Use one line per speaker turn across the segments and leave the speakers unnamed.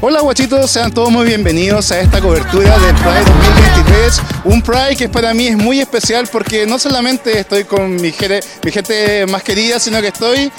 Hola guachitos, sean todos muy bienvenidos a esta cobertura del Pride 2023. Un Pride que para mí es muy especial porque no solamente estoy con mi, jere- mi gente más querida, sino que estoy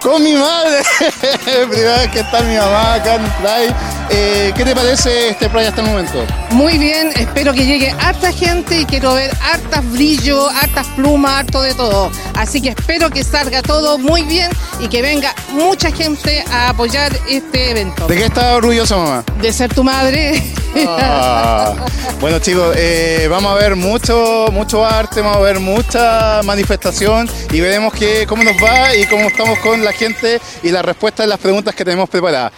con mi madre. Primera vez que está mi mamá acá en Pride. Eh, ¿Qué te parece este Pride hasta el momento?
Muy bien, espero que llegue harta gente y quiero ver hartas brillo, hartas plumas, harto de todo. Así que espero que salga todo muy bien y que venga mucha gente a apoyar este evento.
¿De qué está orgullosa mamá?
De ser tu madre.
Ah, bueno chicos, eh, vamos a ver mucho, mucho arte, vamos a ver mucha manifestación y veremos que, cómo nos va y cómo estamos con la gente y la respuesta de las preguntas que tenemos preparadas.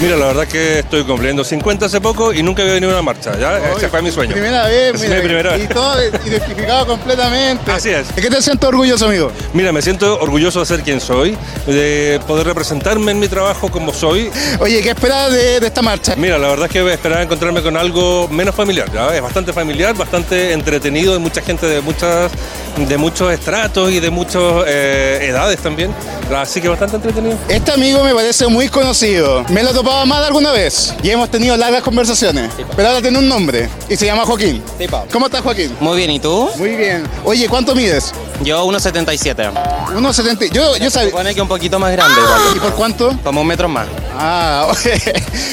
Mira, la verdad que estoy cumpliendo 50 hace poco y nunca había venido a una marcha, ¿ya? Ese fue mi sueño.
Primera vez,
Es
mira,
mi primera
y
vez.
todo identificado completamente.
Así es.
¿De qué te siento orgulloso, amigo?
Mira, me siento orgulloso de ser quien soy, de poder representarme en mi trabajo como soy.
Oye, ¿qué esperas de, de esta marcha?
Mira, la verdad es que esperaba encontrarme con algo menos familiar, ¿ya? Es bastante familiar, bastante entretenido, hay mucha gente de muchas de muchos estratos y de muchas eh, edades también, así que bastante entretenido.
Este amigo me parece muy conocido. Me lo topaba más de alguna vez y hemos tenido largas conversaciones. Pero ahora tiene un nombre y se llama Joaquín.
Sí, pa.
¿Cómo estás, Joaquín?
Muy bien, ¿y tú?
Muy bien. Oye, ¿cuánto mides?
Yo 1,77.
1,70. Yo, yo
Se
sabía.
supone que un poquito más grande igual.
¿Y por cuánto?
Como un metro más.
Ah, oye.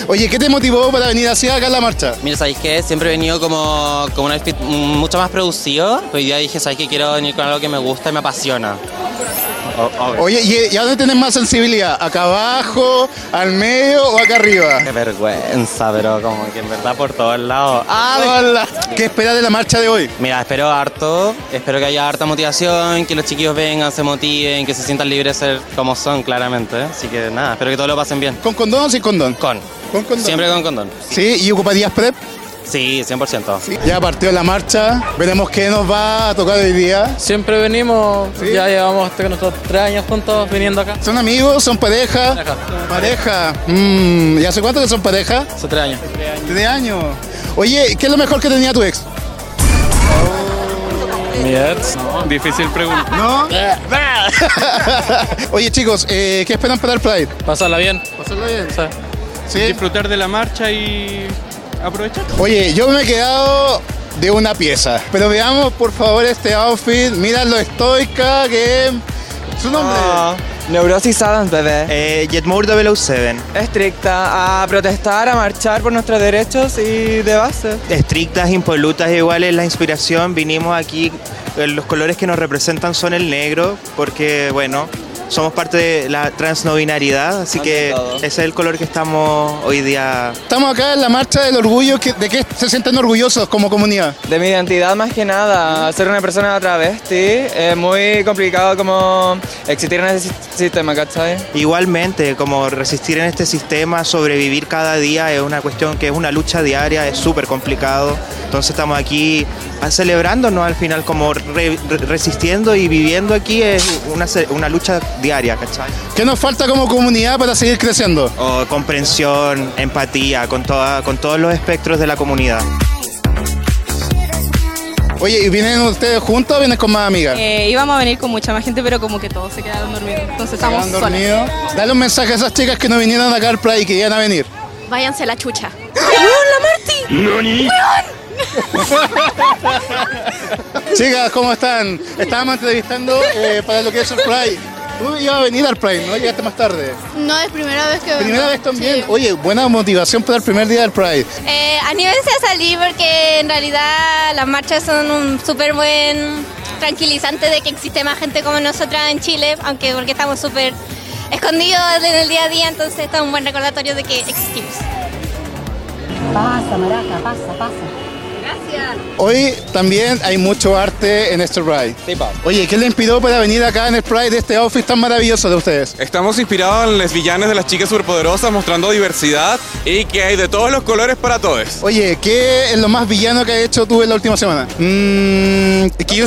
Oye, ¿qué te motivó para venir hacia acá a la marcha?
Mira, ¿sabéis qué? Siempre he venido como, como un outfit mucho más producido. Pero hoy día dije, ¿sabéis qué? Quiero venir con algo que me gusta y me apasiona.
Oye, ¿y, y a dónde tenés más sensibilidad? ¿Acá abajo, al medio o acá arriba?
Ah, Qué vergüenza, pero como que en verdad por todos lados. ¡Ah! de-
Hola. ¿Qué esperas de la marcha de hoy?
Mira, espero harto, espero que haya harta motivación, que los chiquillos vengan, se motiven, que se sientan libres de ser como son, claramente. Así que nada, espero que todos lo pasen bien.
¿Con condón o sin condón?
Con.
Con condón.
Siempre con condón.
Sí, ¿y ocuparías prep?
Sí, 100%.
Ya partió la marcha, veremos qué nos va a tocar hoy día.
Siempre venimos,
Sí.
ya llevamos hasta que nuestros tres años juntos viniendo acá.
¿Son amigos? ¿Son pareja?
Pareja.
Pareja. Mm, ¿Y hace cuánto que son pareja?
Hace tres años.
De años. Oye, ¿qué es lo mejor que tenía tu ex?
Mi ex. Difícil pregunta.
¿No? Oye chicos, eh, ¿qué esperan para el Pride?
Pasarla bien.
Pasarlo bien.
Sí.
Sí.
Disfrutar de la marcha y aprovechar.
Oye, yo me he quedado de una pieza. Pero veamos por favor este outfit. Mira lo estoica que es. Su nombre.
Ah.
Neurosis Adams, bebé.
Eh, Jetmore 007.
Estricta a protestar, a marchar por nuestros derechos y de base.
Estrictas, impolutas, iguales la inspiración. Vinimos aquí, eh, los colores que nos representan son el negro, porque, bueno, somos parte de la transnominaridad, así que
todo.
ese es el color que estamos hoy día.
Estamos acá en la marcha del orgullo. que- ¿De qué se sienten orgullosos como comunidad?
De mi identidad más que nada, ser una persona travesti es muy complicado como existir en ese sis- sistema, ¿cachai?
Igualmente, como resistir en este sistema, sobrevivir cada día es una cuestión que es una lucha diaria, es súper complicado. Entonces estamos aquí ah, celebrándonos al final, como re- re- resistiendo y viviendo aquí es una, ce- una lucha diaria, ¿cachai?
¿Qué nos falta como comunidad para seguir creciendo?
o Oh, comprensión, empatía con, toda, con todos los espectros de la comunidad.
Oye, ¿y vienen ustedes juntos o vienen con más amigas?
Eh, íbamos a venir con mucha más gente, pero como que todos se quedaron dormidos. Entonces estamos
¿Han
solas.
dormido? Dale un mensaje a esas chicas que no vinieron acá al Pride y que iban a venir.
Váyanse a la chucha. ¡Hola, Marti!
Chicas, ¿cómo están? Estábamos entrevistando eh, para lo que es el Pride. Tú ibas a venir al Pride, ¿no? Llegaste más tarde.
No, es primera vez que
Primera vez también. Oye, buena motivación para el primer día del Pride.
Eh, anímense a salir porque en realidad las marchas son un súper buen tranquilizante de que existe más gente como nosotras en Chile, aunque porque estamos súper escondidos en el día a día, entonces está un buen recordatorio de que existimos.
Gracias.
Hoy también hay mucho arte en este Pride. Oye, ¿qué le inspiró para venir acá en el Pride de este outfit tan maravilloso de ustedes?
Estamos inspirados en las villanas de las chicas superpoderosas, mostrando diversidad y que hay de todos los colores para todos.
Oye, ¿qué es lo más villano que has hecho tú en la última semana? Mmm. que yo-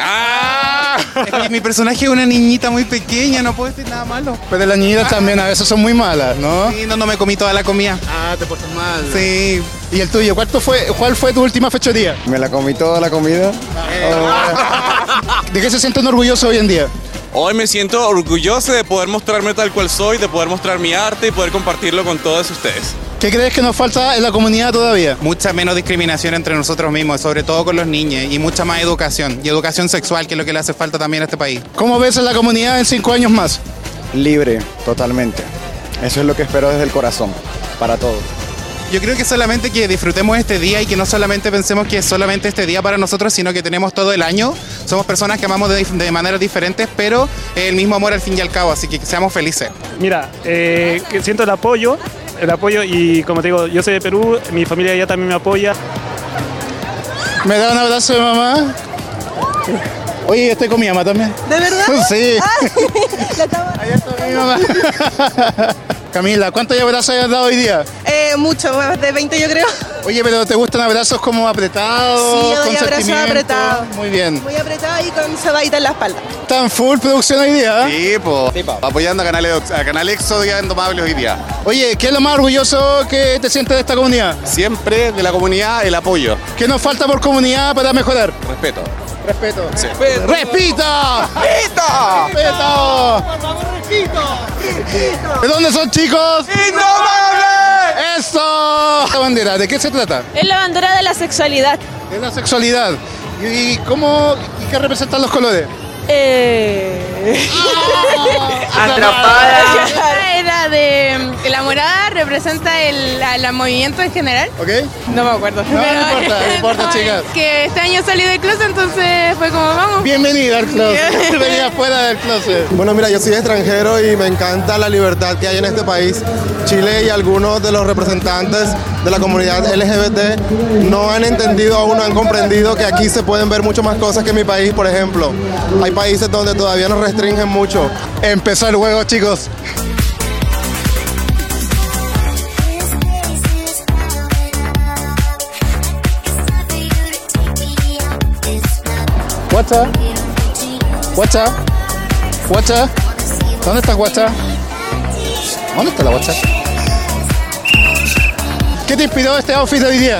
Ah,
Es que mi personaje es una niñita muy pequeña, no puedo decir nada malo.
Pero las niñitas también a veces son muy malas, ¿no?
Sí, no, no me comí toda la comida.
Ah, te portas mal.
Sí.
¿Y el tuyo? ¿Cuál fue, cuál fue tu última fechoría?
Me la comí toda la comida.
Oh. ¿De qué se sienten orgullosos hoy en día?
Hoy me siento orgulloso de poder mostrarme tal cual soy, de poder mostrar mi arte y poder compartirlo con todos ustedes.
¿Qué crees que nos falta en la comunidad todavía?
Mucha menos discriminación entre nosotros mismos, sobre todo con los niños, y mucha más educación, y educación sexual, que es lo que le hace falta también a este país.
¿Cómo ves a la comunidad en cinco años más?
Libre, totalmente. Eso es lo que espero desde el corazón, para todos.
Yo creo que solamente que disfrutemos este día y que no solamente pensemos que es solamente este día para nosotros, sino que tenemos todo el año. Somos personas que amamos de, dif- de maneras diferentes, pero el mismo amor al fin y al cabo, así que que seamos felices.
Mira, eh, que siento el apoyo, el apoyo y como te digo, yo soy de Perú, mi familia allá también me apoya.
¿Me da un abrazo de mamá? Oye, yo estoy con mi mamá también.
¿De verdad?
Sí.
La estaba-
Mi mamá. Camila, ¿cuántos abrazos has dado hoy día?
Eh, mucho, más de 20 yo creo.
Oye, pero ¿te gustan abrazos como apretados?
Sí, yo doy
con
abrazos
sentimiento?
apretados.
Muy bien.
Muy apretado y con cebadita en la espalda.
Tan full producción hoy día. ¿eh?
Sí,
Apoyando a Canal, a Canal Exo
día indomable hoy día.
Oye, ¿qué es lo más orgulloso que te sientes de esta comunidad?
Siempre de la comunidad el apoyo.
¿Qué nos falta por comunidad para mejorar?
Respeto.
Respeto.
Sí.
¡Respita! ¡Respita! ¿De dónde son, chicos? ¡Indomables! ¡Eso! Esta bandera, ¿de qué se trata?
Es la bandera de la sexualidad.
De la sexualidad. ¿Y cómo y qué representan los colores?
Eh. Atrapada. Ah. Era de la morada representa el, al- al movimiento en general.
¿Ok?
No me acuerdo.
No, no importa, no importa, chicas.
Que este año salí del closet, entonces fue como vamos.
Bienvenida al closet. Bienvenida fuera del closet.
Bueno, mira, yo soy extranjero y me encanta la libertad que hay en este país. Chile y algunos de los representantes de la comunidad LGBT no han entendido aún, no han comprendido que aquí se pueden ver mucho más cosas que en mi país, por ejemplo. Hay países donde todavía nos restringen mucho.
Empezó el juego, chicos. Guacha. Guacha. Guacha. ¿Dónde estás, Guacha? ¿Dónde está la Guacha? ¿Qué te inspiró este outfit de hoy día?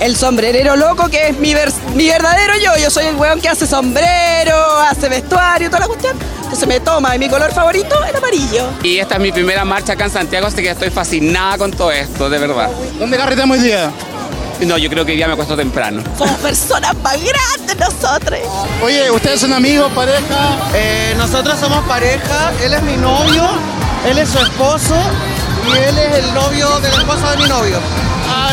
El sombrerero loco que es mi, vers- mi verdadero yo. Yo soy el weón que hace sombrero, hace vestuario, toda la cuestión. Entonces me toma y mi color favorito el amarillo.
Y esta es mi primera marcha acá en Santiago, así que estoy fascinada con todo esto, de verdad.
¿Dónde carretamos hoy día?
No, yo creo que hoy día me acuesto temprano.
Somos personas más grandes nosotros.
Oye, ¿ustedes son amigos, pareja?
Eh, nosotros somos pareja, él es mi novio, él es su esposo y él es el novio del esposo de mi novio.
Ah,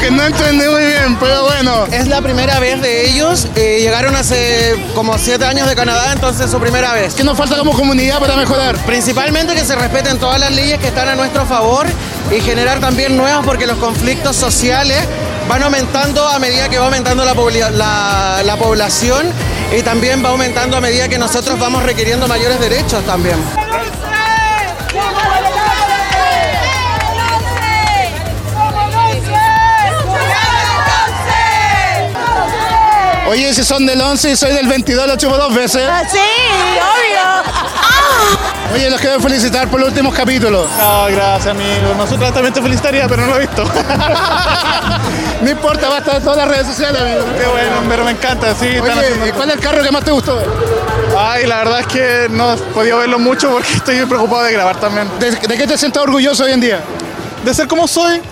que no entendí muy bien, pero bueno.
Es la primera vez de ellos, eh, llegaron hace como siete años de Canadá, entonces su primera vez.
¿Qué nos falta como comunidad para mejorar?
Principalmente que se respeten todas las leyes que están a nuestro favor y generar también nuevas porque los conflictos sociales van aumentando a medida que va aumentando la, pobli- la- la población y también va aumentando a medida que nosotros vamos requiriendo mayores derechos también.
Oye, si son del 11 y soy del 22, lo chupo dos veces.
Ah,
Ah.
Sí, obvio.
Oye, los quiero felicitar por los últimos capítulos.
No, Ah, gracias, amigo. Nosotros también te felicitaría, pero no lo he visto.
No importa, basta de todas las redes sociales, amigo.
Qué bueno, pero me encanta, sí.
Oye, ¿y ¿cuál es el carro que más te gustó?
Ay, la verdad es que no he podido verlo mucho porque estoy preocupado de grabar también.
¿De, de qué te sientes orgulloso hoy en día?
De ser como soy,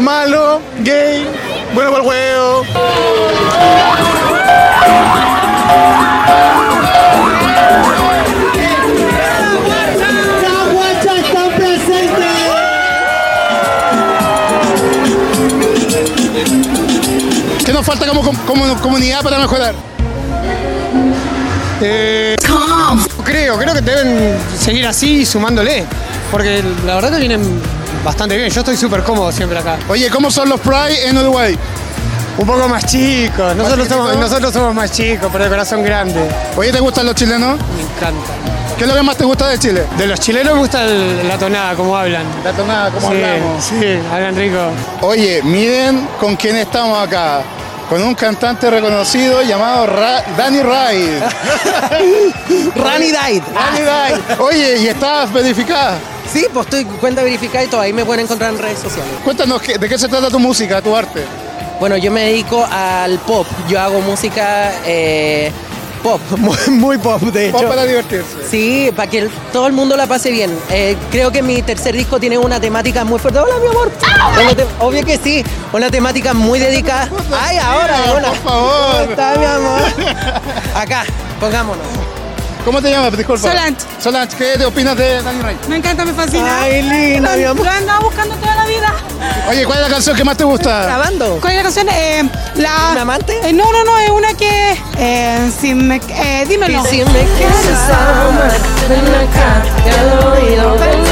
malo, gay, bueno para el huevo.
La guacha está presente.
¿Qué nos falta como, com- como comunidad para mejorar? Eh,
Creo, creo que deben seguir así sumándole, porque la verdad que vienen bastante bien. Yo estoy súper cómodo siempre acá.
Oye, ¿cómo son los Pride en Uruguay?
un poco más chicos. Nosotros, somos, nosotros somos más chicos, pero de corazón grande.
Oye, ¿te gustan los chilenos?
Me encanta.
¿Qué es lo que más te gusta de Chile?
De los chilenos me gusta el- la tonada, como hablan.
La tonada, como
sí,
hablamos.
Sí, hablan rico.
Oye, miren con quién estamos acá. Con un cantante reconocido llamado Ra- Danny Ride.
Rani Died.
Rani Died. Oye, ¿y estás verificada?
Sí, pues estoy cuenta verificada y todo. Ahí me pueden encontrar en redes sociales.
Cuéntanos, ¿qué- ¿de qué se trata tu música, tu arte?
Bueno, yo me dedico al pop. Yo hago música eh, pop, muy, muy pop, de hecho.
Pop para divertirse.
Sí, para que el- todo el mundo la pase bien. Eh, creo que mi tercer disco tiene una temática muy fuerte. Hola, mi amor. Una te- Obvio que sí. Una temática muy dedicada. Ay, ahora,
Mira,
hola.
por favor.
¿Cómo está, mi amor? Acá, pongámonos.
¿Cómo te llamas? Disculpa.
Solange.
Solange, ¿qué te opinas de Danny Ride?
Me encanta, me fascina.
Ay, linda,
Lo-
mi amor.
Lo andaba buscando toda la vida.
Oye, ¿cuál es la canción que más te gusta?
Grabando.
¿Cuál es la canción? Eh, la...
¿Un amante?
Eh, no, no, no, es una que... Eh, si me... Eh, dímelo.
Si me quieres amar, ven acá, te al oído, ven,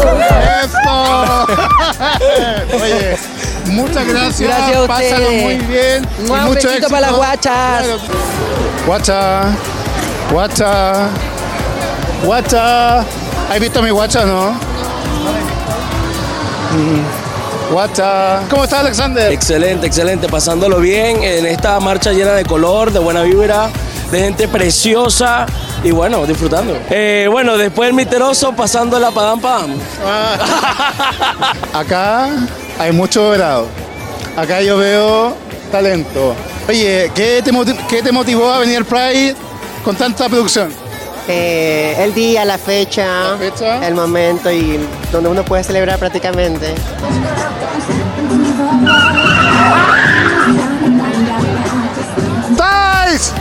dímelo.
¡Eso! Oye, muchas gracias.
Gracias a ustedes.
Pásalo muy bien. y
Un
mucho
besito
éxito.
para las guachas.
Claro. Guacha, guacha, guacha. ¿Has visto a mi guacha, no? Mm. Guacha. ¿Cómo estás, Alexander?
Excelente, excelente, pasándolo bien en esta marcha llena de color, de buena vibra, de gente preciosa y bueno, disfrutando. Eh, bueno, después el miteroso pasando la padam padam.
Acá hay mucho verado. Acá yo veo talento. Oye, ¿qué te, moti- qué te motivó a venir al Pride con tanta producción?
Eh, el día, la fecha, el momento y donde uno puede celebrar prácticamente.
¡Tais!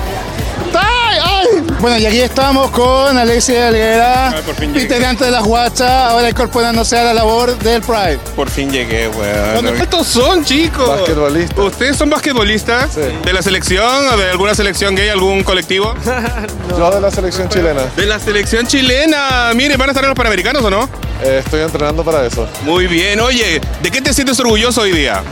¡Tais! ¡Ay! Bueno, y aquí estamos con Alexia Alguera,
Ah, por fin llegué.
integrante de las Guachas, ahora incorporándose a la labor del Pride.
Por fin llegué,
Bueno,
weón.
estos son, chicos? Basquetbolistas. ¿Ustedes son basquetbolistas? ¿De la selección o de alguna selección gay, algún colectivo?
Yo de la selección chilena.
De la selección chilena. Miren, ¿van a estar en los Panamericanos o no?
Eh, estoy entrenando para eso.
Muy bien. Oye, ¿de qué te sientes orgulloso hoy día?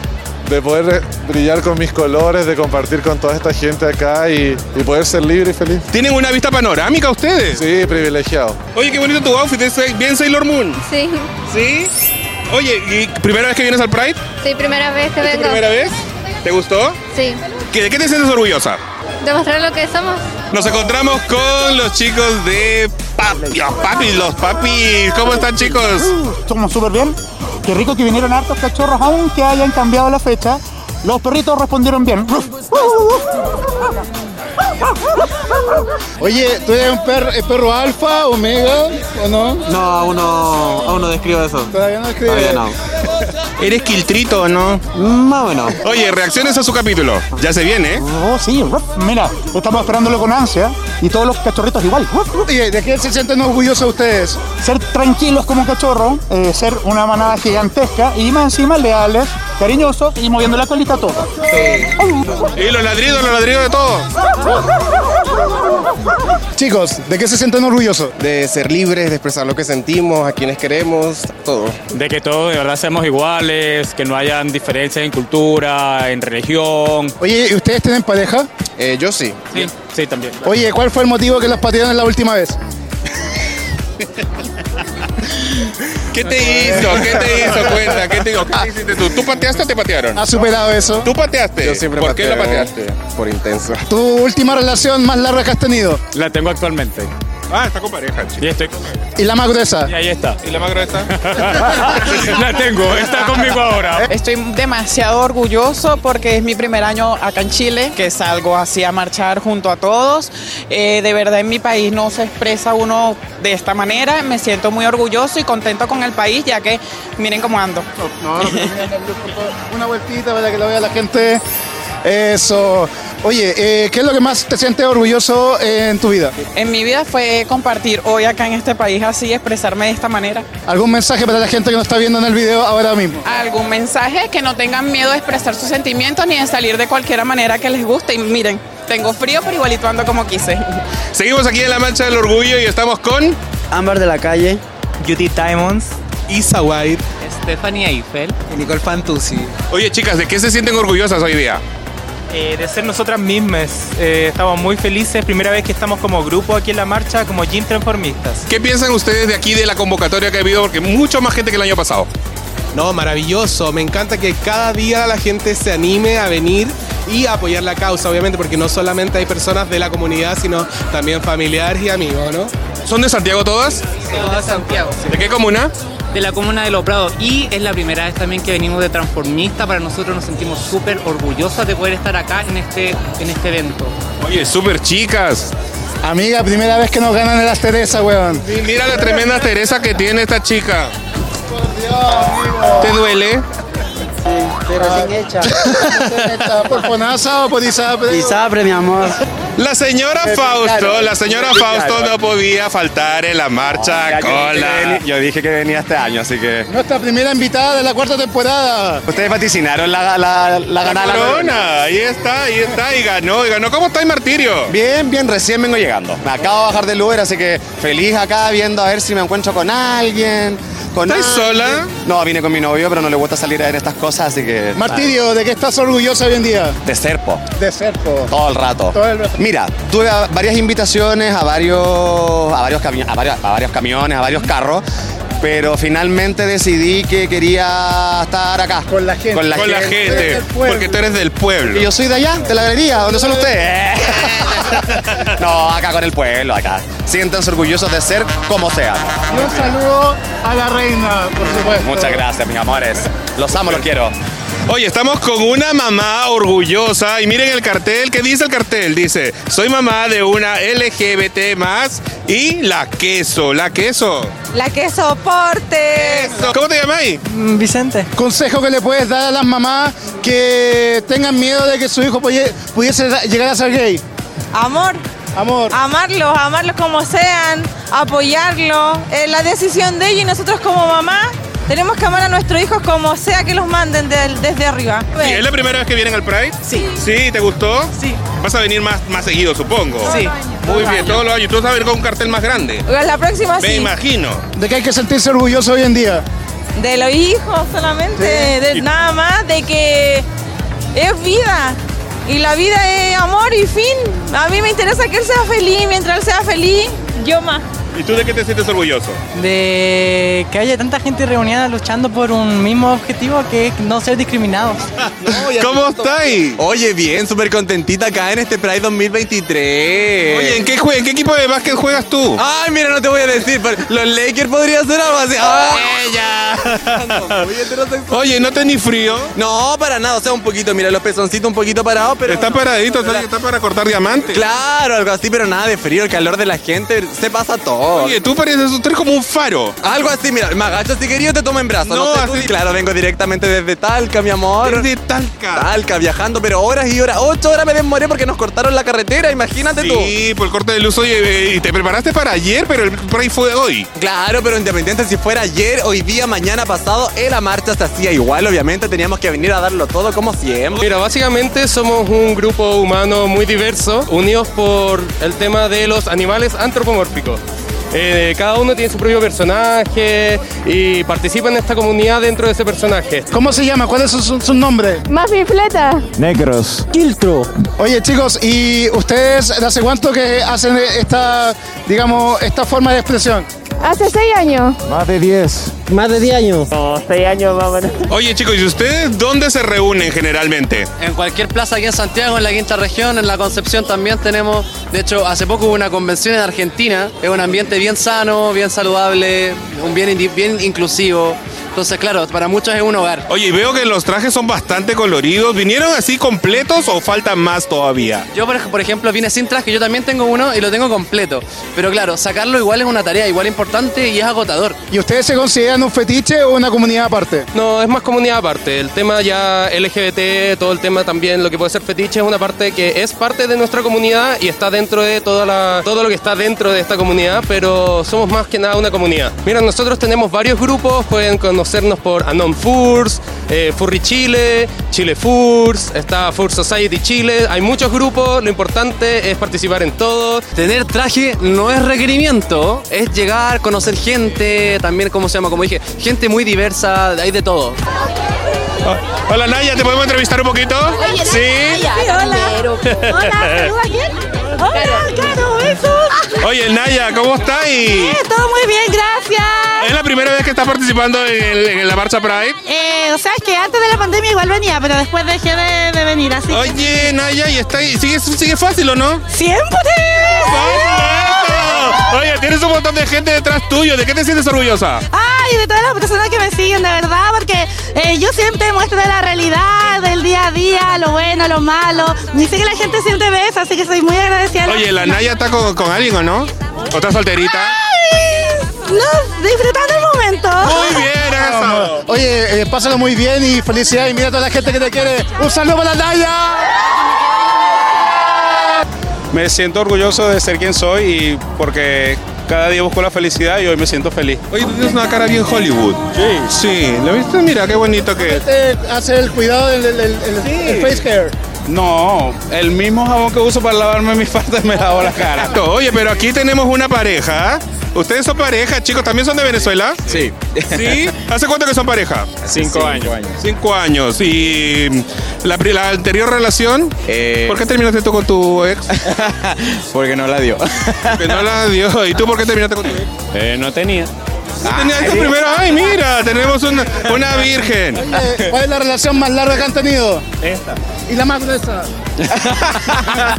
De poder brillar con mis colores, de compartir con toda esta gente acá y, y poder ser libre y feliz.
¿Tienen una vista panorámica ustedes?
Sí, privilegiado.
Oye, qué bonito tu outfit. es bien Sailor Moon.
Sí.
¿Sí? Oye, ¿y primera vez que vienes al Pride?
Sí, primera vez que
¿Es tu
vengo.
primera vez? ¿Te gustó?
Sí.
¿Que- ¿De qué te sientes orgullosa?
Demostrar lo que somos.
Nos encontramos con los chicos de Papi, los Papi, los Papi. ¿Cómo están, chicos?
Pues, Somos súper bien. Qué rico que vinieron hartos cachorros, aunque hayan cambiado la fecha. Los perritos respondieron bien.
Oye, ¿tú eres un perro, eh, perro alfa, omega o no?
No, aún no, aún no describo eso.
Todavía no escribes.
Todavía no.
¿Eres quiltrito no?
Más o menos.
Oye, reacciones a su capítulo. Ya se viene, ¿eh?
Oh, sí, mira, estamos esperándolo con ansia y todos los cachorritos igual.
Oye, ¿de qué se sienten orgullosos ustedes?
Ser tranquilos como cachorro, eh, ser una manada gigantesca y más encima leales, cariñosos y moviendo la colita toda.
¿eh? Y los ladridos, los ladridos de todos.
Chicos, ¿de qué se sienten orgullosos?
De ser libres, de expresar lo que sentimos, a quienes queremos, todo.
De que todos de verdad seamos iguales, que no hayan diferencias en cultura, en religión.
Oye, ¿y ustedes tienen pareja?
Eh, yo sí. Sí, sí también.
Oye, ¿cuál fue el motivo que los patearon la última vez?
¿Qué te hizo? ¿Qué te hizo? Cuenta, ¿qué te hizo? ¿Qué te hiciste tú? ¿Tú pateaste o te patearon?
¿Has superado eso?
¿Tú pateaste?
Yo siempre
¿Por qué
pateo,
la pateaste?
Por intenso.
¿Tu última relación más larga que has tenido?
La tengo actualmente.
Ah, está con pareja, chico.
Y estoy.
¿Y la más gruesa?
Y ahí está.
¿Y la más gruesa?
la tengo, ¿eh? está conmigo ahora.
Estoy demasiado orgulloso porque es mi primer año acá en Chile, que salgo así a marchar junto a todos. Eh, de verdad en mi país no se expresa uno de esta manera. Me siento muy orgulloso y contento con el país, ya que miren cómo ando.
Una vueltita para que lo vea la gente. Eso. Oye, eh, ¿qué es lo que más te sientes orgulloso en tu vida?
En mi vida fue compartir hoy acá en este país así, expresarme de esta manera.
¿Algún mensaje para la gente que nos está viendo en el video ahora mismo?
algún mensaje, que no tengan miedo de expresar sus sentimientos ni de salir de cualquier manera que les guste. Y miren, tengo frío, pero igualito ando como quise.
Seguimos aquí en la mancha del orgullo y estamos con
Ámbar de la calle, Judy Diamonds, Isa White,
Stephanie Eiffel.
Y Nicole Fantuzzi.
Oye, chicas, ¿de qué se sienten orgullosas hoy día?
Eh, de ser nosotras mismas. Eh, estamos muy felices, primera vez que estamos como grupo aquí en la marcha, como Gym Transformistas.
¿Qué piensan ustedes de aquí de la convocatoria que ha habido? Porque mucho más gente que el año pasado.
No, maravilloso. Me encanta que cada día la gente se anime a venir y a apoyar la causa, obviamente, porque no solamente hay personas de la comunidad, sino también familiares y amigos, ¿no?
¿Son de Santiago todas?
Todas Santiago.
¿De qué comuna?
De la comuna de Los Prados. Y es la primera vez también que venimos de Transformista. Para nosotros nos sentimos súper orgullosas de poder estar acá en este, en este evento.
Oye, súper chicas.
Amiga, primera vez que nos ganan en las Teresa, weón.
Y mira la tremenda Teresa que tiene esta chica. ¿Te duele?
Pero
Ah.
sin hecha.
¿Por Fonasa o por Isapre?
Isapre, mi amor.
La señora Fausto, la señora Fausto no podía faltar en la marcha cola.
Yo dije que venía este año, así que.
Nuestra primera invitada de la cuarta temporada.
Ustedes vaticinaron la, la, la ganada.
La corona, ahí está, ahí está, y ganó, y ganó. ¿Cómo estáis, Martirio?
Bien, bien, recién vengo llegando. Me acabo de bajar del Uber, así que feliz acá viendo a ver si me encuentro con alguien. Con
¿Estás sola?
No, vine con mi novio, pero no le gusta salir a ver estas cosas, así que.
Martirio, ¿de qué estás orgullosa hoy en día?
De Serpo.
De Serpo.
Todo el rato.
Todo el rato.
Mira, tuve a- varias invitaciones a varios, a varios, cami- a varios, a varios camiones, a varios carros, pero finalmente decidí que quería estar acá. Con la gente. Con la
Con la
gente.
gente, porque tú eres del pueblo.
Y yo soy de allá, de la galería, donde son ustedes. no, acá con el pueblo, acá. Siéntanse orgullosos de ser como sean.
Y un saludo a la reina, por supuesto.
Muchas gracias, mis amores. Los amo, los quiero.
Oye, estamos con una mamá orgullosa y miren el cartel, ¿qué dice el cartel? Dice, soy mamá de una LGBT más y la queso, la queso.
La que soporte.
¿Cómo te llamáis?
Mm,
Vicente. Consejo que le puedes dar a las mamás que tengan miedo de que su hijo puye- pudiese da- llegar a ser gay.
Amor.
Amor.
Amarlos, amarlos como sean, apoyarlos. Es la decisión de ellos y nosotros como mamá tenemos que amar a nuestros hijos como sea que los manden del- desde arriba.
Sí, ¿Es la primera vez que vienen al Pride? Sí. ¿Sí? ¿Te gustó? Sí. Vas a venir más, más seguido, supongo.
Sí.
Muy bien, todos los años. Tú vas a venir con un cartel más grande.
Oigan, La próxima
Me
sí.
imagino.
De que hay que sentirse orgulloso hoy en día.
De los hijos solamente, de- nada más, de que es vida. Y la vida es amor y fin. A mí me interesa que él sea feliz. Mientras él sea feliz, yo más.
¿Y tú de qué te sientes orgulloso?
De que haya tanta gente reunida luchando por un mismo objetivo que es no ser discriminados.
¿Cómo estáis?
Oye, bien, súper contentita acá en este Pride 2023.
Oye, ¿en qué, jue- en qué equipo de básquet juegas tú?
Ay, mira, no te voy a decir, pero los Lakers podrían ser algo así. Ah.
¡Ella!
Oye, ¿no tenés frío? No, para nada, o sea, un poquito, mira, los pezoncitos un poquito parados, pero... Está
paradito, está, para cortar diamantes.
Claro, algo así, pero nada de frío, el calor de la gente, se pasa todo.
Oye, tú pareces tú eres como un faro.
Algo así, mira, me agacho si querido te tomo en brazos.
No,
No, sé tú, claro, vengo directamente desde Talca, mi amor.
Desde Talca.
Talca, viajando, pero horas y horas, ocho horas me demoré porque nos cortaron la carretera, imagínate tú.
Sí, por el corte de luz. Oye, eh, y te preparaste para ayer, pero el Pride fue hoy.
Claro, pero independiente si fuera ayer, hoy día, mañana, pasado, en la marcha se hacía igual, obviamente teníamos que venir a darlo todo como siempre.
Mira, básicamente somos un grupo humano muy diverso, unidos por el tema de los animales antropomórficos. Eh, cada uno tiene su propio personaje y participa en esta comunidad dentro de ese personaje.
¿Cómo se llama? ¿Cuál es su, su- su nombre?
Más bifleta.
Negros. Quiltro. Oye chicos, ¿y ustedes de hace cuánto que hacen esta, digamos, esta forma de expresión?
Hace seis años.
Más de 10. Más de 10 años. No, 6 años más o menos.
Oye, chicos, ¿y ustedes dónde se reúnen generalmente?
En cualquier plaza aquí en Santiago, en la quinta región, en la Concepción también tenemos. De hecho, hace poco hubo una convención en Argentina. Es un ambiente bien sano, bien saludable, un bien, indi- bien inclusivo. Entonces, claro, para muchos es un hogar.
Oye, y veo que los trajes son bastante coloridos. ¿Vinieron así completos o faltan más todavía?
Yo, por ej- por ejemplo, vine sin traje, yo también tengo uno y lo tengo completo. Pero claro, sacarlo igual es una tarea igual importante y es agotador.
¿Y ustedes se consideran un fetiche o una comunidad aparte?
No, es más comunidad aparte. El tema ya LGBT, todo el tema también, lo que puede ser fetiche, es una parte que es parte de nuestra comunidad y está dentro de toda la, todo lo que está dentro de esta comunidad, pero somos más que nada una comunidad. Mira, nosotros tenemos varios grupos, pueden cono- conocernos por Anon Furs, eh, Furry Chile, Chile Furs, está Fur Society Chile, hay muchos grupos, lo importante es participar en todos.
Tener traje no es requerimiento, es llegar, conocer gente, también, como se llama? Como dije, gente muy diversa, hay de todo.
Hola Naya, ¿te podemos entrevistar un poquito? sí.
hola. ¿saluda a quién? Hola, Ah, claro, eso.
Oye, Naya, ¿cómo estás? Y-
Todo muy bien, gracias.
¿Es la primera vez que estás participando en, el- en la marcha Pride?
Eh, o sea, es que antes de la pandemia igual venía, pero después dejé de, de venir, así que-
Oye, Naya, ¿y está, y sigue, sigue fácil o no?
¡Siempre!
Oye, tienes un montón de gente detrás tuyo, ¿de qué te sientes orgullosa?
Ay, de todas las personas que me siguen, de verdad, porque eh, yo siempre muestro de la realidad, del día a día, lo bueno, lo malo. Y sé que la gente siempre ve eso, así que soy muy agradecida. a
Oye, ¿la
misma.
Naya está con, con alguien o no? ¿Otra solterita?
Ay, No, disfrutando el momento.
Muy bien,
Vamos. Oye, eh, pásalo muy bien y felicidades. Y mira a toda la gente que te quiere. ¡Un saludo para la Naya!
Me siento orgulloso de ser quien soy y porque cada día busco la felicidad y hoy me siento feliz.
Oye, tú tienes una cara bien Hollywood. Sí. Sí, ¿lo viste? Mira, qué bonito que es.
Eh, hace el cuidado del del- del- del- del face hair.
No, el mismo jabón que uso para lavarme mis partes me lavo la cara.
Oye, pero aquí tenemos una pareja. Ustedes son pareja, chicos, ¿también son de Venezuela?
Sí.
¿Sí? ¿Hace cuánto que son pareja?
Cinco Cinco años. años.
Cinco años. ¿Y la, pri- la anterior relación?
Eh.
¿Por qué terminaste tú con tu ex?
Eh, Porque no la dio.
que no la dio. ¿Y tú por qué terminaste con tu ex?
Eh, no tenía. Ah,
Tenías tu primero. ¡Ay, mira! Tenemos una, una virgen.
Oye, ¿Cuál es la relación más larga que han tenido? Esta. Y la más gruesa.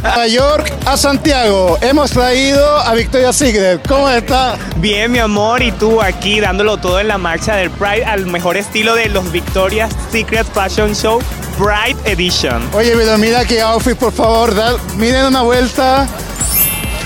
Nueva York a Em- Santiago. Hemos traído a Victoria Secret. ¿Cómo está?
Bien, mi amor, y tú aquí dándolo todo en la marcha del Pride al mejor estilo de los Victoria's Secret Fashion Show Pride Edition.
Oye, pero mira qué outfit, por favor. da- miren una vuelta.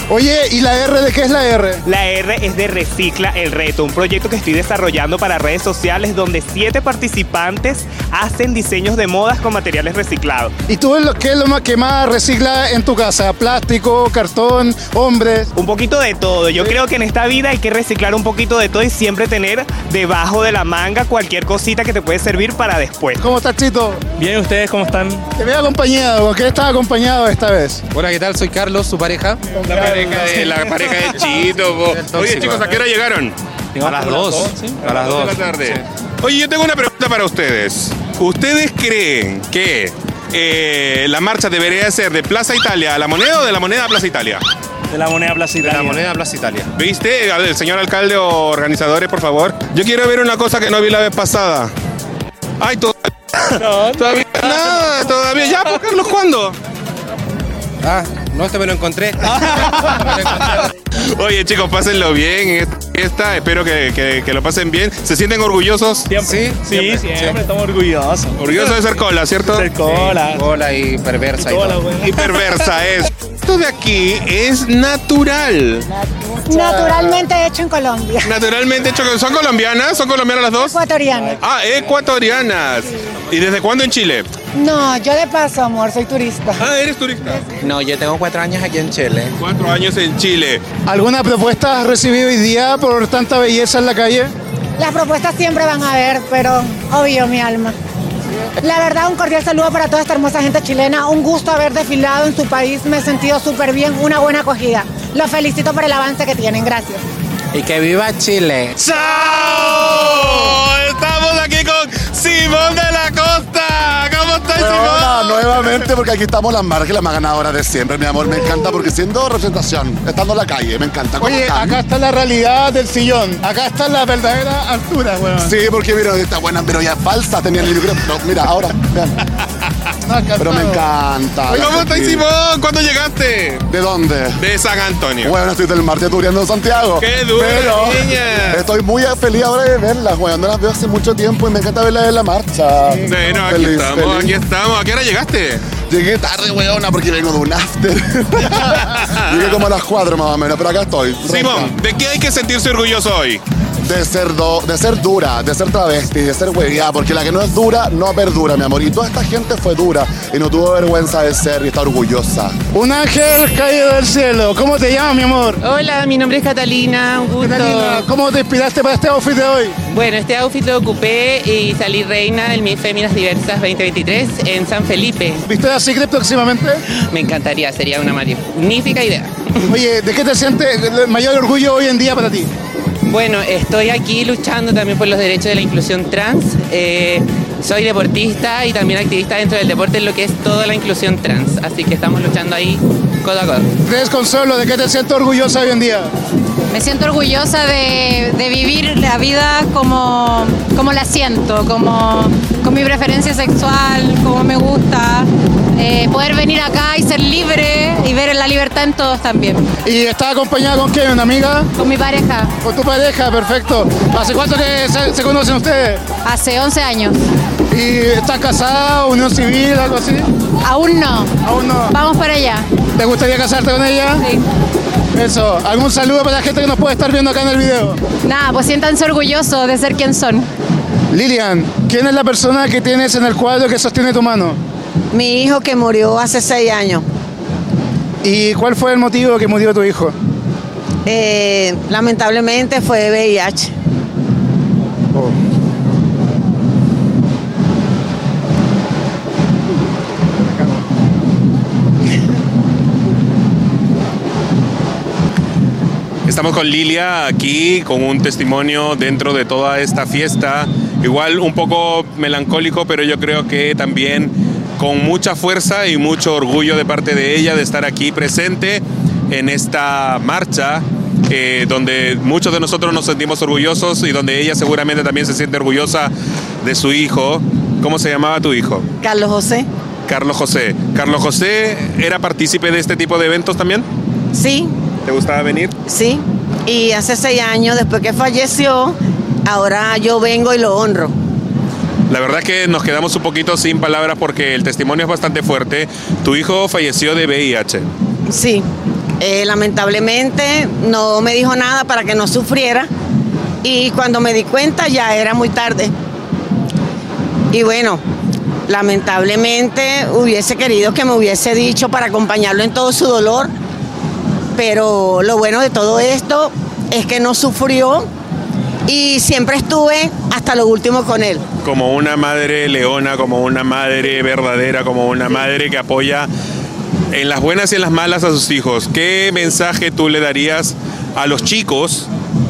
Oye, ¿y la R de qué es la R?
La R es de Recicla el Reto, un proyecto que estoy desarrollando para redes sociales donde siete participantes hacen diseños de modas con materiales reciclados.
¿Y tú lo- qué es lo más que más recicla en tu casa? ¿Plástico, cartón, hombres?
Un poquito de todo. Yo creo que en esta vida hay que reciclar un poquito de todo y siempre tener debajo de la manga cualquier cosita que te puede servir para después.
¿Cómo estás, Chito?
Bien, ¿ustedes cómo están?
Te veo acompañado. ¿Con qué estás acompañado esta vez?
Hola, ¿qué tal? Soy Carlos, su pareja.
La pareja de, la pareja de Chito. po. Oye, chicos, ¿a qué hora llegaron?
A las dos.
A las 2 de la tarde. Oye, yo tengo una pregunta para ustedes. ¿Ustedes creen que eh, la marcha debería ser de Plaza Italia a la moneda o de la moneda a Plaza Italia?
De la moneda Plaza Italia.
De la moneda a Plaza Italia. ¿Viste? A ver, señor alcalde o organizadores, por favor. Yo quiero ver una cosa que no vi la vez pasada. Ay, to- todavía. Nada, todavía. Ya, pues, Carlos, ¿cuándo?
Ah, no, este me lo encontré.
Oye, chicos, pásenlo bien en esta fiesta. Espero que, que- que lo pasen bien. ¿Se sienten orgullosos? Sí,
Sí, siempre, estamos orgullosos.
Orgulloso de ser cola, ¿cierto?
Ser cola.
Hola y perversa.
Y cola, güey.
Y perversa es. Esto de aquí es natural.
Naturalmente hecho en Colombia.
Naturalmente hecho con- ¿Son colombianas? ¿Son colombianas las dos?
Ecuatoriana.
Ah, ecuatorianas. ¿Y desde cuándo en Chile?
No, yo de paso, amor, soy turista.
Ah, eres turista.
No, yo tengo cuatro años aquí en Chile.
Cuatro años en Chile.
¿Alguna propuesta has recibido hoy día por tanta belleza en la calle?
Las propuestas siempre van a ver, pero obvio mi alma. La verdad, un cordial saludo para toda esta hermosa gente chilena. Un gusto haber desfilado en su país. Me he sentido súper bien. Una buena acogida. Los felicito por el avance que tienen. Gracias.
Y que viva Chile.
¡Chao! Estamos aquí con Simón de la Costa. ¿Cómo estás,
Hola, nuevamente, porque aquí estamos las marcas, las más ganadoras de siempre, mi amor. Me encanta porque siendo representación, estando en la calle, me encanta. ¿Cómo
Oye,
están?
acá está la realidad del sillón. Acá está la verdadera altura, weón.
Sí, porque mira, esta buena, pero ya es falsa, tenía el micrófono. Mira, ahora, vean. Pero me encanta.
Oye, ¿cómo estás, Simón? ¿Cuándo llegaste?
¿De dónde?
De San Antonio.
Bueno, estoy del martes tureando en Santiago.
¡Qué dura,
Pero
niña!
estoy muy feliz ahora de verlas, weón. No las veo hace mucho tiempo y me encanta verlas en la marcha.
Sí, no, aquí
Ah, Feliz,
estamos,
feliz.
aquí estamos. ¿A qué hora llegaste?
Llegué tarde, weona, porque vengo de un after. Llegué como a las 4 más o menos, pero acá estoy.
Simón, ¿de qué hay que sentirse orgulloso hoy?
de ser, do- de ser dura, de ser travesti, de ser hueviada, porque la que no es dura no perdura, mi amor. Y toda esta gente fue dura y no tuvo vergüenza de ser y está orgullosa.
Un ángel caído del cielo. ¿Cómo te llamas, mi amor?
Hola, mi nombre es Catalina, un gusto.
Catalina, ¿cómo te inspiraste para este outfit de hoy?
Bueno, este outfit lo ocupé y salí reina del Miss Féminas Diversas 2023 en San Felipe.
¿Viste la Secret próximamente?
Me encantaría, sería una magnífica idea.
Oye, ¿de qué te sientes el mayor orgullo hoy en día para ti?
Bueno, estoy aquí luchando también por los derechos de la inclusión trans. Eh, soy deportista y también activista dentro del deporte en lo que es toda la inclusión trans. Así que estamos luchando ahí codo a codo.
Tres Consuelo, ¿de qué te sientes orgullosa hoy en día?
Me siento orgullosa de, de vivir la vida como, como la siento, como con mi preferencia sexual, como me gusta. Eh, poder venir acá y ser libre y ver la libertad en todos también.
¿Y estás acompañada con quién? ¿Una amiga?
Con mi pareja.
Con tu pareja, perfecto. ¿Hace cuánto que se, se conocen ustedes?
Hace 11 años.
¿Y estás casada, unión civil, algo así?
Aún no.
Aún no.
Vamos para allá.
¿Te gustaría casarte con ella?
Sí.
Eso. ¿Algún saludo para la gente que nos puede estar viendo acá en el video?
Nada, pues siéntanse orgullosos de ser quien son.
Lilian, ¿quién es la persona que tienes en el cuadro que sostiene tu mano?
Mi hijo que murió hace seis años.
¿Y cuál fue el motivo que murió tu hijo?
Eh, lamentablemente fue VIH.
Oh.
Estamos con Lilia aquí con un testimonio dentro de toda esta fiesta. Igual un poco melancólico, pero yo creo que también con mucha fuerza y mucho orgullo de parte de ella de estar aquí presente en esta marcha eh, donde muchos de nosotros nos sentimos orgullosos y donde ella seguramente también se siente orgullosa de su hijo. ¿Cómo se llamaba tu hijo?
Carlos José.
Carlos José. ¿Carlos José era partícipe de este tipo de eventos también?
Sí,
¿Te gustaba venir?
sí. Y hace seis años, después que falleció, ahora yo vengo y lo honro.
La verdad que nos quedamos un poquito sin palabras porque el testimonio es bastante fuerte. Tu hijo falleció de VIH.
Sí. Eh, lamentablemente no me dijo nada para que no sufriera. Y cuando me di cuenta ya era muy tarde. Y bueno, lamentablemente hubiese querido que me hubiese dicho para acompañarlo en todo su dolor. Pero lo bueno de todo esto es que no sufrió y siempre estuve hasta lo último con él.
Como una madre leona, como una madre verdadera, como una madre que apoya en las buenas y en las malas a sus hijos. ¿Qué mensaje tú le darías a los chicos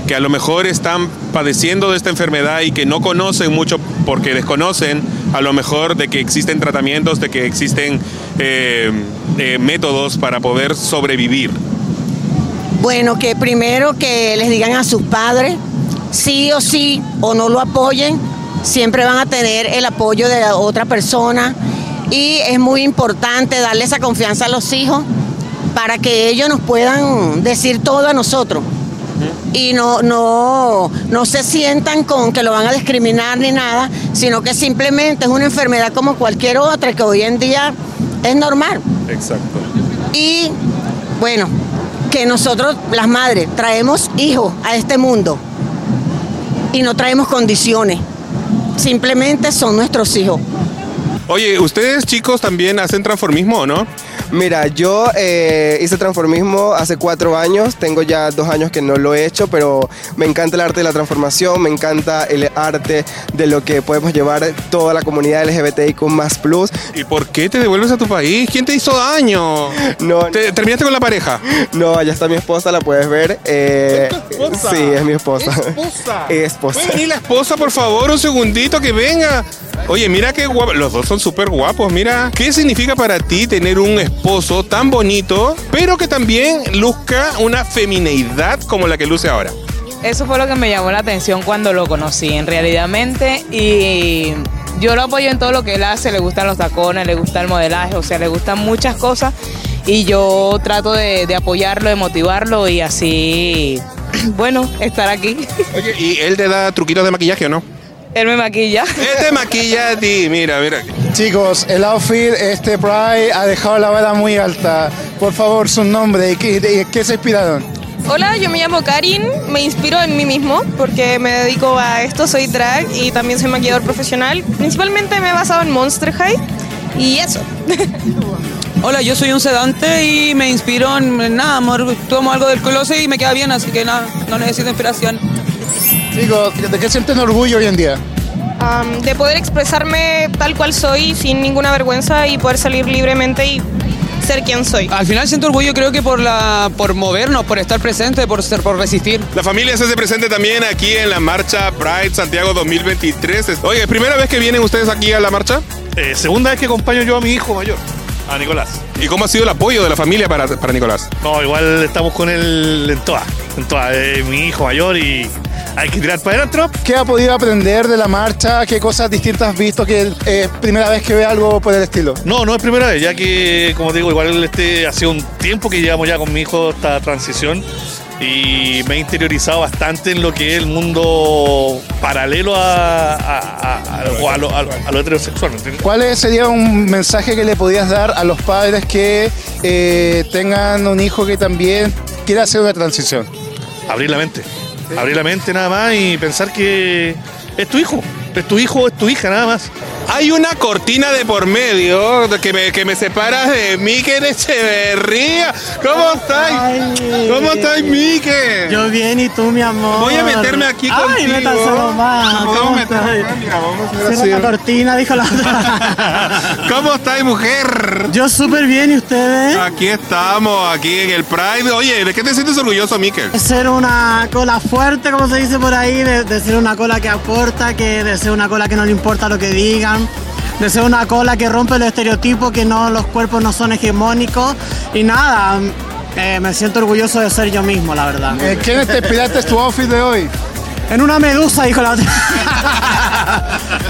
que a lo mejor están padeciendo de esta enfermedad y que no conocen mucho porque desconocen a lo mejor de que existen tratamientos, de que existen eh, eh, métodos para poder sobrevivir?
Bueno, que primero que les digan a sus padres, sí o sí, o no lo apoyen, siempre van a tener el apoyo de la otra persona. Y es muy importante darle esa confianza a los hijos para que ellos nos puedan decir todo a nosotros. Y no, no, no se sientan con que lo van a discriminar ni nada, sino que simplemente es una enfermedad como cualquier otra que hoy en día es normal.
Exacto.
Y bueno, que nosotros, las madres, traemos hijos a este mundo y no traemos condiciones. Simplemente son nuestros hijos.
Oye, ¿ustedes chicos también hacen transformismo o no?
Mira, yo eh, hice transformismo hace cuatro años, tengo ya dos años que no lo he hecho, pero me encanta el arte de la transformación, me encanta el arte de lo que podemos llevar toda la comunidad LGBTIQ más plus.
¿Y por qué te devuelves a tu país? ¿Quién te hizo daño?
No,
¿Terminaste con la pareja?
No, allá está mi esposa, la puedes ver. eh, sí, es mi esposa. Eh,
Esposa.
esposa.
¿Puede venir la esposa, por favor, un segundito que venga? Oye, mira qué guapo. Los dos son súper guapos, mira. ¿Qué significa para ti tener un esposo tan bonito, pero que también luzca una femineidad como la que luce ahora?
Eso fue lo que me llamó la atención cuando lo conocí, en realidad. Y yo lo apoyo en todo lo que él hace. Le gustan los tacones, le gusta el modelaje, o sea, le gustan muchas cosas. Y yo trato de, de apoyarlo, de motivarlo y así, bueno, estar aquí.
Oye, ¿y él te da truquitos de maquillaje o no?
Él me maquilla.
Él te maquilla a ti, mira, mira.
Chicos, el outfit, este Pride ha dejado la vara muy alta. Por favor, su nombre y qué, y qué se inspiraron.
Hola, yo me llamo Karin, me inspiro en mí mismo porque me dedico a esto, soy drag y también soy maquillador profesional. Principalmente me he basado en Monster High y eso.
Hola, yo soy un sedante y me inspiro en nada, amor. Tomo algo del closet y me queda bien, así que nada, no necesito inspiración.
Chicos, ¿de qué sienten orgullo hoy en día?
Am, de poder expresarme tal cual soy sin ninguna vergüenza y poder salir libremente y ser quien soy.
Al final siento orgullo creo que por la por movernos, por estar presente, por ser por resistir.
La familia se hace presente también aquí en la marcha Pride Santiago 2023. Es- Oye, ¿es primera vez que vienen ustedes aquí a la marcha? Eh, segunda vez que acompaño yo a mi hijo mayor, a Nicolás. ¿Y cómo ha sido el apoyo de la familia para, para Nicolás?
No, igual estamos con él en todas, en todas. Es mi hijo mayor y hay que tirar para adelante. ¿no?
¿Qué ha podido aprender de la marcha? ¿Qué cosas distintas has visto que es primera vez que ve algo por el estilo?
No, no es primera vez, ya que, como te digo, igual este ha sido un tiempo que llevamos ya con mi hijo esta transición y me he interiorizado bastante en lo que es el mundo paralelo a, a, a- a lo- a lo, a lo- a lo heterosexual, ¿me entiendes?
¿Cuál es- sería un mensaje que le podías dar a los padres que eh, tengan un hijo que también quiera hacer una transición?
Abrir la mente, abrir la mente nada más y pensar que es tu hijo, es tu hijo, es tu hija nada más.
Hay una cortina de por medio de que me, que me separa de Miquel Echeverría. ¿Cómo estáis? ¿Cómo estáis, Miquel?
Yo bien, ¿y tú, mi amor?
Voy a meterme aquí
Ay,
contigo.
métanse nomás.
Vamos
¿Cómo
a meternos,
estáis?
mira, vamos a hacer
Cierra
así.
la cortina, dijo la otra.
¿Cómo estáis, mujer?
Yo súper bien, ¿y ustedes?
Aquí estamos, aquí en el Pride. Oye, ¿de qué te sientes orgulloso, Miquel?
Ser una cola fuerte, como se dice por ahí, de, de ser una cola que aporta, que de ser una cola que no le importa lo que digan, de ser una cola que rompe los estereotipos, que no los cuerpos no son hegemónicos y nada. eh, me siento orgulloso de ser yo mismo, la verdad.
Eh, ¿Quién te inspiraste tu outfit de hoy?
En una medusa, dijo la otra.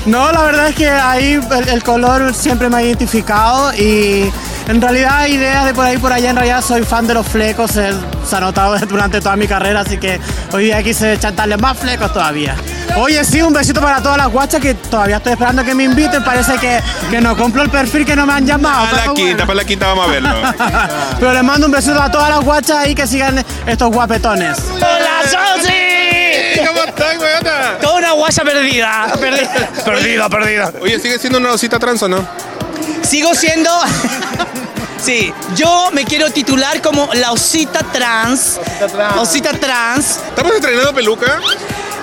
No, la verdad es que ahí el, el color siempre me ha identificado y en realidad hay ideas de por ahí por allá. En realidad soy fan de los flecos, se, se ha notado durante toda mi carrera, así que hoy día quise chantarle más flecos todavía. Oye, sí, un besito para todas las guachas que todavía estoy esperando que me inviten. Parece que, que no cumplo el perfil que no me han llamado.
Para la
pero
quinta, para la quinta vamos a verlo.
pero les mando un besito a todas las guachas ahí que sigan estos guapetones. ¡Hola,
Sosi! ¿Cómo estás, weona?
Toda una guacha perdida.
Perdida, perdida. Oye, ¿sigue siendo una osita trans o no?
Sigo siendo. sí, yo me quiero titular como la osita trans. Osita trans.
¿Estamos estrenando peluca?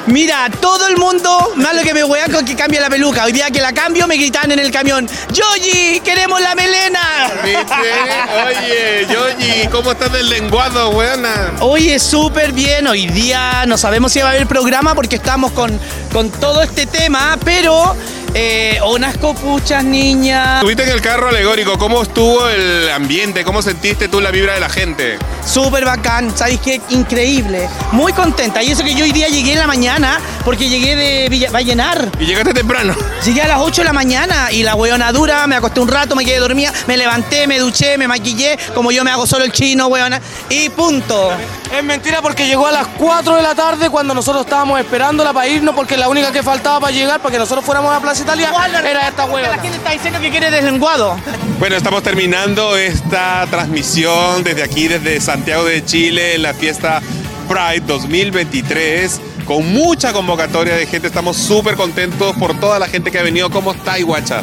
Mira, todo el mundo, más lo que me huean con que cambie la peluca. Hoy día que la cambio, me gritan en el camión: ¡Yoyi, queremos la melena!
Oye, Yoyi, ¿cómo estás del lenguado, weona?
Oye, súper bien. Hoy día no sabemos si va a haber programa porque estamos con, con todo este tema, pero eh, unas copuchas, niñas.
Estuviste en el carro alegórico, ¿cómo estuvo el ambiente? ¿Cómo sentiste tú la vibra de la gente?
Súper bacán, ¿sabéis qué? Increíble. Muy contenta. Y eso que yo hoy día llegué en la mañana, porque llegué de Villa- Vallenar.
Y llegaste temprano.
Llegué a las 8 de la mañana y la hueona dura, me acosté un rato, me quedé dormida, me levanté, me duché, me maquillé, como yo me hago solo el chino, hueona, y punto.
Es mentira porque llegó a las 4 de la tarde cuando nosotros estábamos esperándola para irnos porque la única que faltaba para llegar, para que nosotros fuéramos a Plaza Italia, era esta hueva. La gente está diciendo que quiere deslenguado.
Bueno, estamos terminando esta transmisión desde aquí, desde Santiago de Chile, en la fiesta Pride 2023, con mucha convocatoria de gente. Estamos súper contentos por toda la gente que ha venido. ¿Cómo está, Iguacha?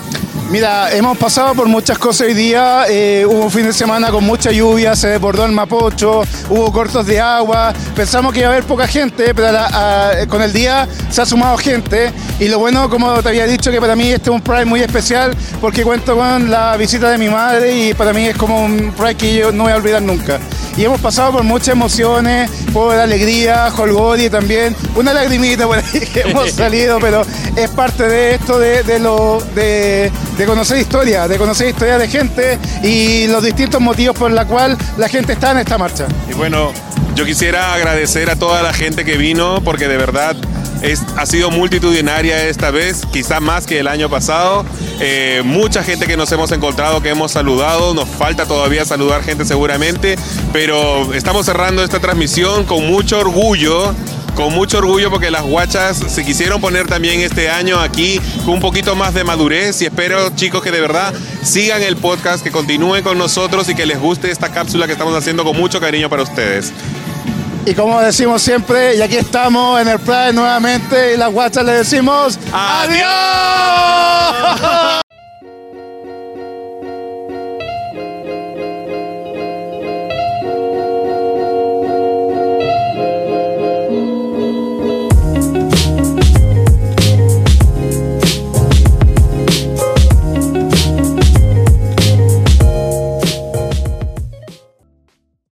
Mira, hemos pasado por muchas cosas hoy día. eh, hubo un fin de semana con mucha lluvia, se desbordó el Mapocho, hubo cortos de agua. Pensamos que iba a haber poca gente, pero a la- a- con el día se ha sumado gente. Y lo bueno, como te había dicho, que para mí este es un Pride muy especial porque cuento con la visita de mi madre y para mí es como un Pride que yo no voy a olvidar nunca. Y hemos pasado por muchas emociones, por alegría, holgori también, una lagrimita por ahí que hemos salido, pero es parte de esto de, de lo de, de conocer historia, de conocer historia de gente y los distintos motivos por la cual la gente está en esta marcha.
Y bueno, yo quisiera agradecer a toda la gente que vino porque de verdad es, ha sido multitudinaria esta vez, quizá más que el año pasado. Eh, mucha gente que nos hemos encontrado, que hemos saludado, nos falta todavía saludar gente seguramente, pero estamos cerrando esta transmisión con mucho orgullo. Con mucho orgullo porque las guachas se quisieron poner también este año aquí con un poquito más de madurez y espero chicos que de verdad sigan el podcast, que continúen con nosotros y que les guste esta cápsula que estamos haciendo con mucho cariño para ustedes.
Y como decimos siempre, y aquí estamos en el Pride nuevamente, y las guachas le decimos ¡Adiós!